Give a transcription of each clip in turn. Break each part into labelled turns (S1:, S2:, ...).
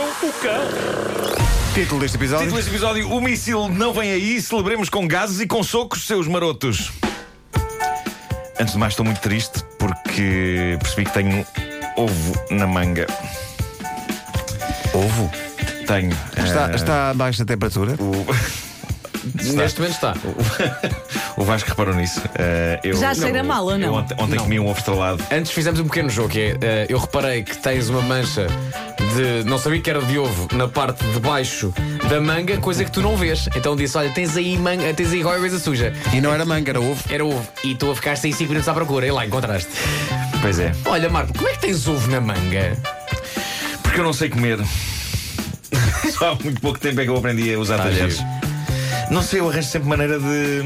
S1: Nunca!
S2: Título deste episódio.
S1: Título deste episódio: O míssil não vem aí, celebremos com gases e com socos, seus marotos. Antes de mais, estou muito triste porque percebi que tenho ovo na manga. Ovo? Tenho.
S2: Está,
S1: Eh,
S2: está a baixa temperatura.
S1: Está.
S3: Neste momento está.
S1: Eh, O Vasco reparou nisso. Eh, eu-
S4: Já cheira mal, ou não?
S1: Eu ontem ontem comi um ovo estrelado.
S3: Antes fizemos um pequeno jogo que é. eh, eu reparei que tens uma mancha de. Não sabia que era de ovo na parte de baixo da manga, coisa que tu não vês. Então disse: Olha, tens aí manga, tens aí qualquer coisa suja.
S2: E não era manga, era ovo.
S3: Era ovo. E tu a ficaste aí 5 minutos à procura. E lá encontraste.
S1: Pois é.
S3: Olha, Marco, como é que tens ovo na manga?
S1: Porque eu não sei comer. Só há muito pouco tempo é que eu aprendi a
S3: Tá
S1: usar talheres. Não sei, eu arranjo sempre maneira de,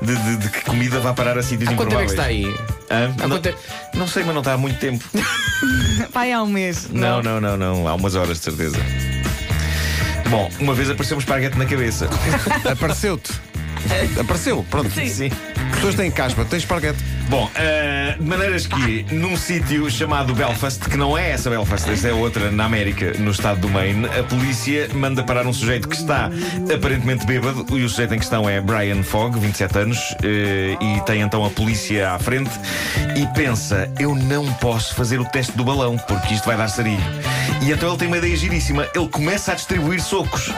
S1: de, de- de que comida vá parar a sítios
S3: Há quanto tempo é
S1: improváveis.
S3: que está aí?
S1: Hã?
S3: Há
S1: não,
S3: quanto tempo?
S1: não sei, mas não está há muito tempo.
S4: Vai há um mês.
S1: não, não, não, não. Há umas horas, de certeza. Bom, uma vez apareceu um esparguete na cabeça.
S2: Apareceu-te. Apareceu, pronto.
S1: Sim.
S2: As pessoas têm caspa, têm esparguete.
S1: Bom, ah, de maneiras que num sítio chamado Belfast, que não é essa Belfast, esta é outra na América, no estado do Maine, a polícia manda parar um sujeito que está aparentemente bêbado, e o sujeito em questão é Brian Fogg, 27 anos, eh, e tem então a polícia à frente e pensa: eu não posso fazer o teste do balão, porque isto vai dar sarilho. E então ele tem uma ideia giríssima: ele começa a distribuir socos.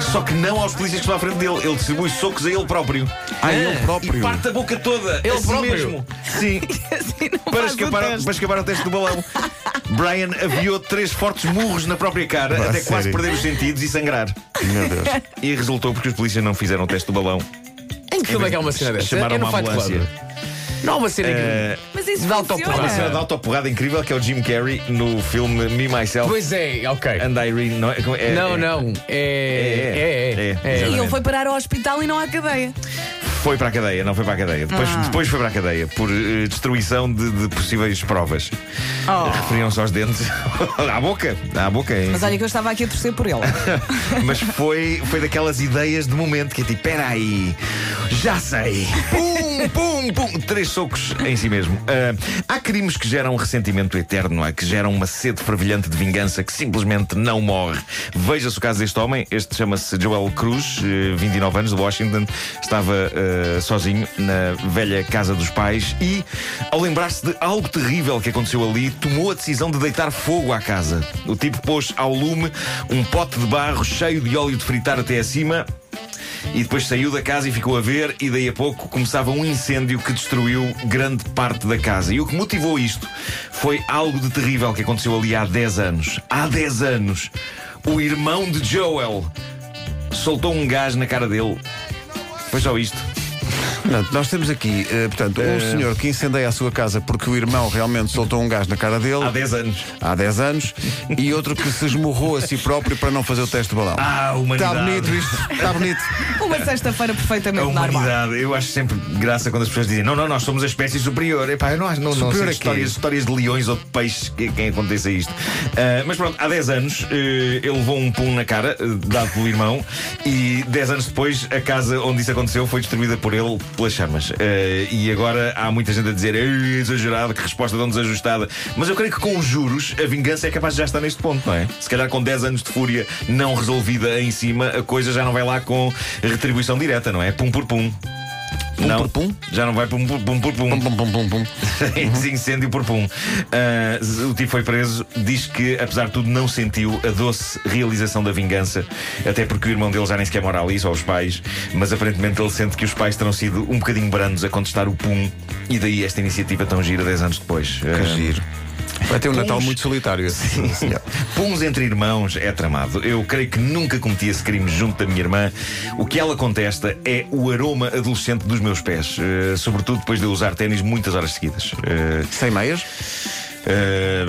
S1: Só que não aos polícias que estão à frente dele, ele distribui socos a ele próprio.
S2: Ah, ele próprio.
S1: E parte a boca toda.
S3: Ele
S1: a si
S3: próprio?
S1: mesmo. Sim.
S4: Assim não
S1: Para
S4: faz o
S1: escapar, ao,
S4: teste.
S1: para escapar ao teste do balão. Brian aviou três fortes murros na própria cara,
S2: Ah,
S1: até quase
S2: sério?
S1: perder os sentidos e sangrar.
S2: Meu Deus.
S1: E resultou porque os polícias não fizeram o teste do balão.
S3: Em que filme é que há uma cena dessa?
S1: Chamaram
S3: é no
S1: uma
S3: Fight Club. Ah.
S1: ambulância. Eh,
S3: Não há uma cena que.
S4: Mas isso
S3: de
S1: Há uma
S3: autoporrada.
S1: cena
S4: funciona.
S1: de autoporrada incrível que é o Jim Carrey no filme Me, Myself
S3: Pois é, ok.
S1: and Irene. Não, é, como é-
S3: Não,
S1: é-
S3: não.
S1: É, é. É.
S3: É. É. é.
S4: E
S1: Exatamente.
S4: ele foi parar ao hospital e não há cadeia.
S1: Foi para a cadeia, não foi para a cadeia. Depois,
S4: Ah.
S1: depois foi para a cadeia por eh, destruição de, de possíveis provas. Referiam-se aos dentes. à boca. À boca. hein?
S4: Oh. Mas ah. olha que eu estava aqui a torcer por ele.
S1: Mas foi, foi daquelas ideias de momento que é tipo, peraí, já sei. Pum, pum, pum. Três socos em si mesmo. Ah, há crimes que geram um ressentimento eterno, há que geram uma sede fervilhante de vingança que simplesmente não morre. Veja-se o caso deste homem, este chama-se Joel Cruz, eh, 29 anos, de Washington, estava ah, sozinho na velha casa dos pais e, ao lembrar-se de algo terrível que aconteceu ali, tomou a decisão de deitar fogo à casa. O tipo pôs ao lume um pote de barro cheio de óleo de fritar até acima. E depois saiu da casa e ficou a ver, e daí a pouco começava um incêndio que destruiu grande parte da casa. E o que motivou isto foi algo de terrível que aconteceu ali há 10 anos. Há 10 anos, o irmão de Joel soltou um gás na cara dele. Foi só isto.
S2: Portanto, nós temos aqui, eh, portanto, um senhor que incendeia a sua casa porque o irmão realmente soltou um gás na cara dele
S1: Há 10 anos.
S2: há 10 anos e outro que se esmurrou a si próprio para não fazer o teste do balão.
S1: Ah, a
S2: Está
S1: humanidade.
S2: Tá bonito isto, está bonito.
S4: Uma sexta-feira
S1: A
S4: perfeitamente normal.
S1: humanidade, eu acho sempre graça quando as pessoas dizem não, não, nós somos a espécie superior. Epá, eu não acho não, não
S2: Superior a
S1: sei de
S2: quê?
S1: histórias, histórias de leões ou de peixes que quem aconteça isto. Ah, mas pronto, há 10 anos eh, ele levou um pum na cara, eh, dado pelo irmão, e 10 anos depois a casa onde isso aconteceu foi destruída por ele pelas chamas. Ah, e agora há muita gente a dizer "Ei, exagerado, que resposta tão desajustada. Mas eu creio que com os juros a vingança é capaz de já estar neste ponto, não é? Se calhar com 10 anos de fúria não resolvida em cima, a coisa já não vai lá com retribuição direta, não é? Pum por pum.
S2: Pum
S1: não,
S2: por pum?
S1: já não vai pum por pum por pum.
S2: Pum, pum, pum, pum, pum.
S1: Esse incêndio por pum. Ah, o tipo foi preso, diz que, apesar de tudo, não sentiu a doce realização da vingança, até porque o irmão dele já nem sequer mora ali, só os pais, mas aparentemente ele sente que os pais terão sido um bocadinho brandos a contestar o pum, e daí esta iniciativa tão gira 10 anos depois. Ah,
S2: Que é giro. Vai ter um Natal
S1: Puns.
S2: muito solitário. Sim, senhor.
S1: Puns entre irmãos é tramado. Eu creio que nunca cometi esse crime junto da minha irmã. O que ela contesta é o aroma adolescente dos meus pés, eh, sobretudo depois de eu usar ténis muitas horas seguidas. Eh,
S2: Sem meias?
S1: eh,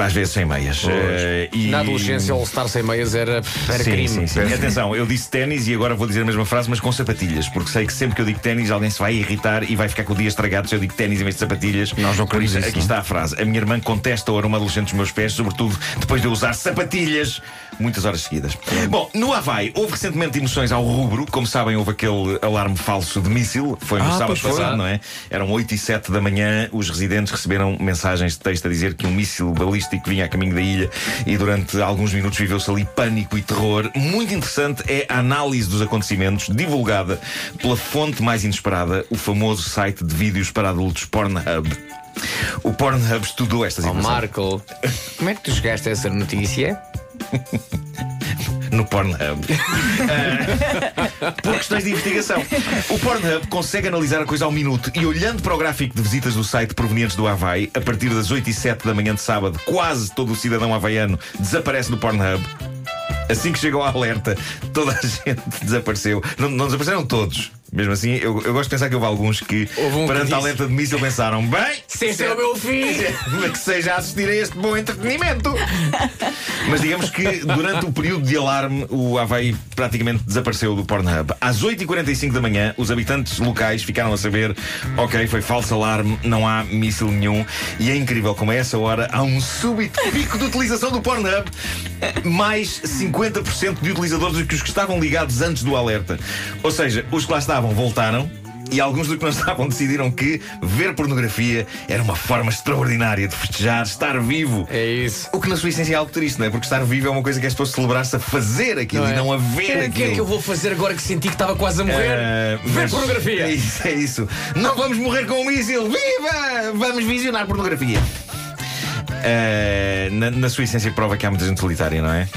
S1: às vezes sem meias. Eh, e-
S3: Na adolescência, ele estar sem meias era, era
S1: sim,
S3: crime.
S1: sim, sim.
S3: Era-
S1: Atenção, eu disse ténis e agora vou dizer a mesma frase, mas com sapatilhas, porque sei que sempre que eu digo ténis alguém se vai irritar e vai ficar com o dia estragado se eu digo ténis em vez de sapatilhas.
S2: Nós não
S1: Por
S2: queremos
S1: isso,
S2: isso,
S1: Aqui
S2: não?
S1: está a frase. A minha irmã contesta o aroma adolescente dos meus pés, sobretudo depois de eu usar sapatilhas muitas horas seguidas. Bom, no Havaí houve recentemente emoções ao rubro. Como sabem, houve aquele alarme falso de míssil. Foi no
S2: Ah,
S1: sábado
S2: pois foi.
S1: passado, não é? Eram 8 e 7 da manhã. Os residentes receberam mensagens de texto a dizer dizer que um míssil balístico vinha a caminho da ilha e durante alguns minutos viveu-se ali pânico e terror. Muito interessante é a análise dos acontecimentos divulgada pela fonte mais inesperada, o famoso site de vídeos para adultos Pornhub. O Pornhub estudou esta
S3: Ó
S1: situação.
S3: Marco, como é que tu chegaste a essa notícia?
S1: no Pornhub. Ah, por questões de investigação. O Pornhub consegue analisar a coisa ao minuto e olhando para o gráfico de visitas do site provenientes do Havaí, a partir das 8 e 7 da manhã de sábado, quase todo o cidadão havaiano desaparece do Pornhub. Assim que chegou a alerta, toda a gente desapareceu. Não, não desapareceram todos. Mesmo assim, eu, eu gosto de pensar que houve alguns que,
S3: Houve um que
S1: perante
S3: disse-
S1: a alerta de míssil, pensaram: bem,
S3: Se este é o meu filho!
S1: mas que seja a assistir a este bom entretenimento. Mas digamos que durante o período de alarme, o Havaí praticamente desapareceu do Pornhub. Às 8h45 da manhã, os habitantes locais ficaram a saber: ok, foi falso alarme, não há míssil nenhum. E é incrível como a essa hora há um súbito pico de utilização do Pornhub. Mais 50% de utilizadores do que os que estavam ligados antes do alerta. Ou seja, os que lá estavam voltaram. E alguns dos que não estavam decidiram que ver pornografia era uma forma extraordinária de festejar, estar vivo.
S3: É isso.
S1: O que na sua essência é algo triste, não é? Porque estar vivo é uma coisa que é suposto celebrar-se a fazer aquilo
S3: Não é?
S1: e não a ver
S3: O que é que eu
S1: aquilo.
S3: vou fazer agora que senti que estava quase a morrer?
S1: Ah,
S3: Ver
S1: mas
S3: pornografia!
S1: É isso, é isso. Não vamos morrer com um míssil! Viva! Vamos visionar pornografia! Ah, na, na sua essência prova que há muita gente solitária, não é?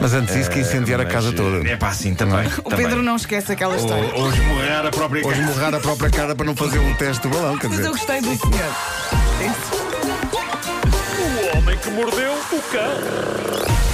S2: Mas antes disso, que incendiar a
S1: Mas,
S2: casa
S1: eh,
S2: toda.
S1: É pá, sim, também.
S4: O Pedro não esquece
S3: é
S4: aquela história.
S1: Ou, ou esmorrar a própria
S2: Ou
S1: casa.
S2: esmurrar a própria cara para não fazer um teste do balão, quer
S4: Mas eu
S2: dizer.
S4: gostei do senhor.
S5: O homem que mordeu o cão.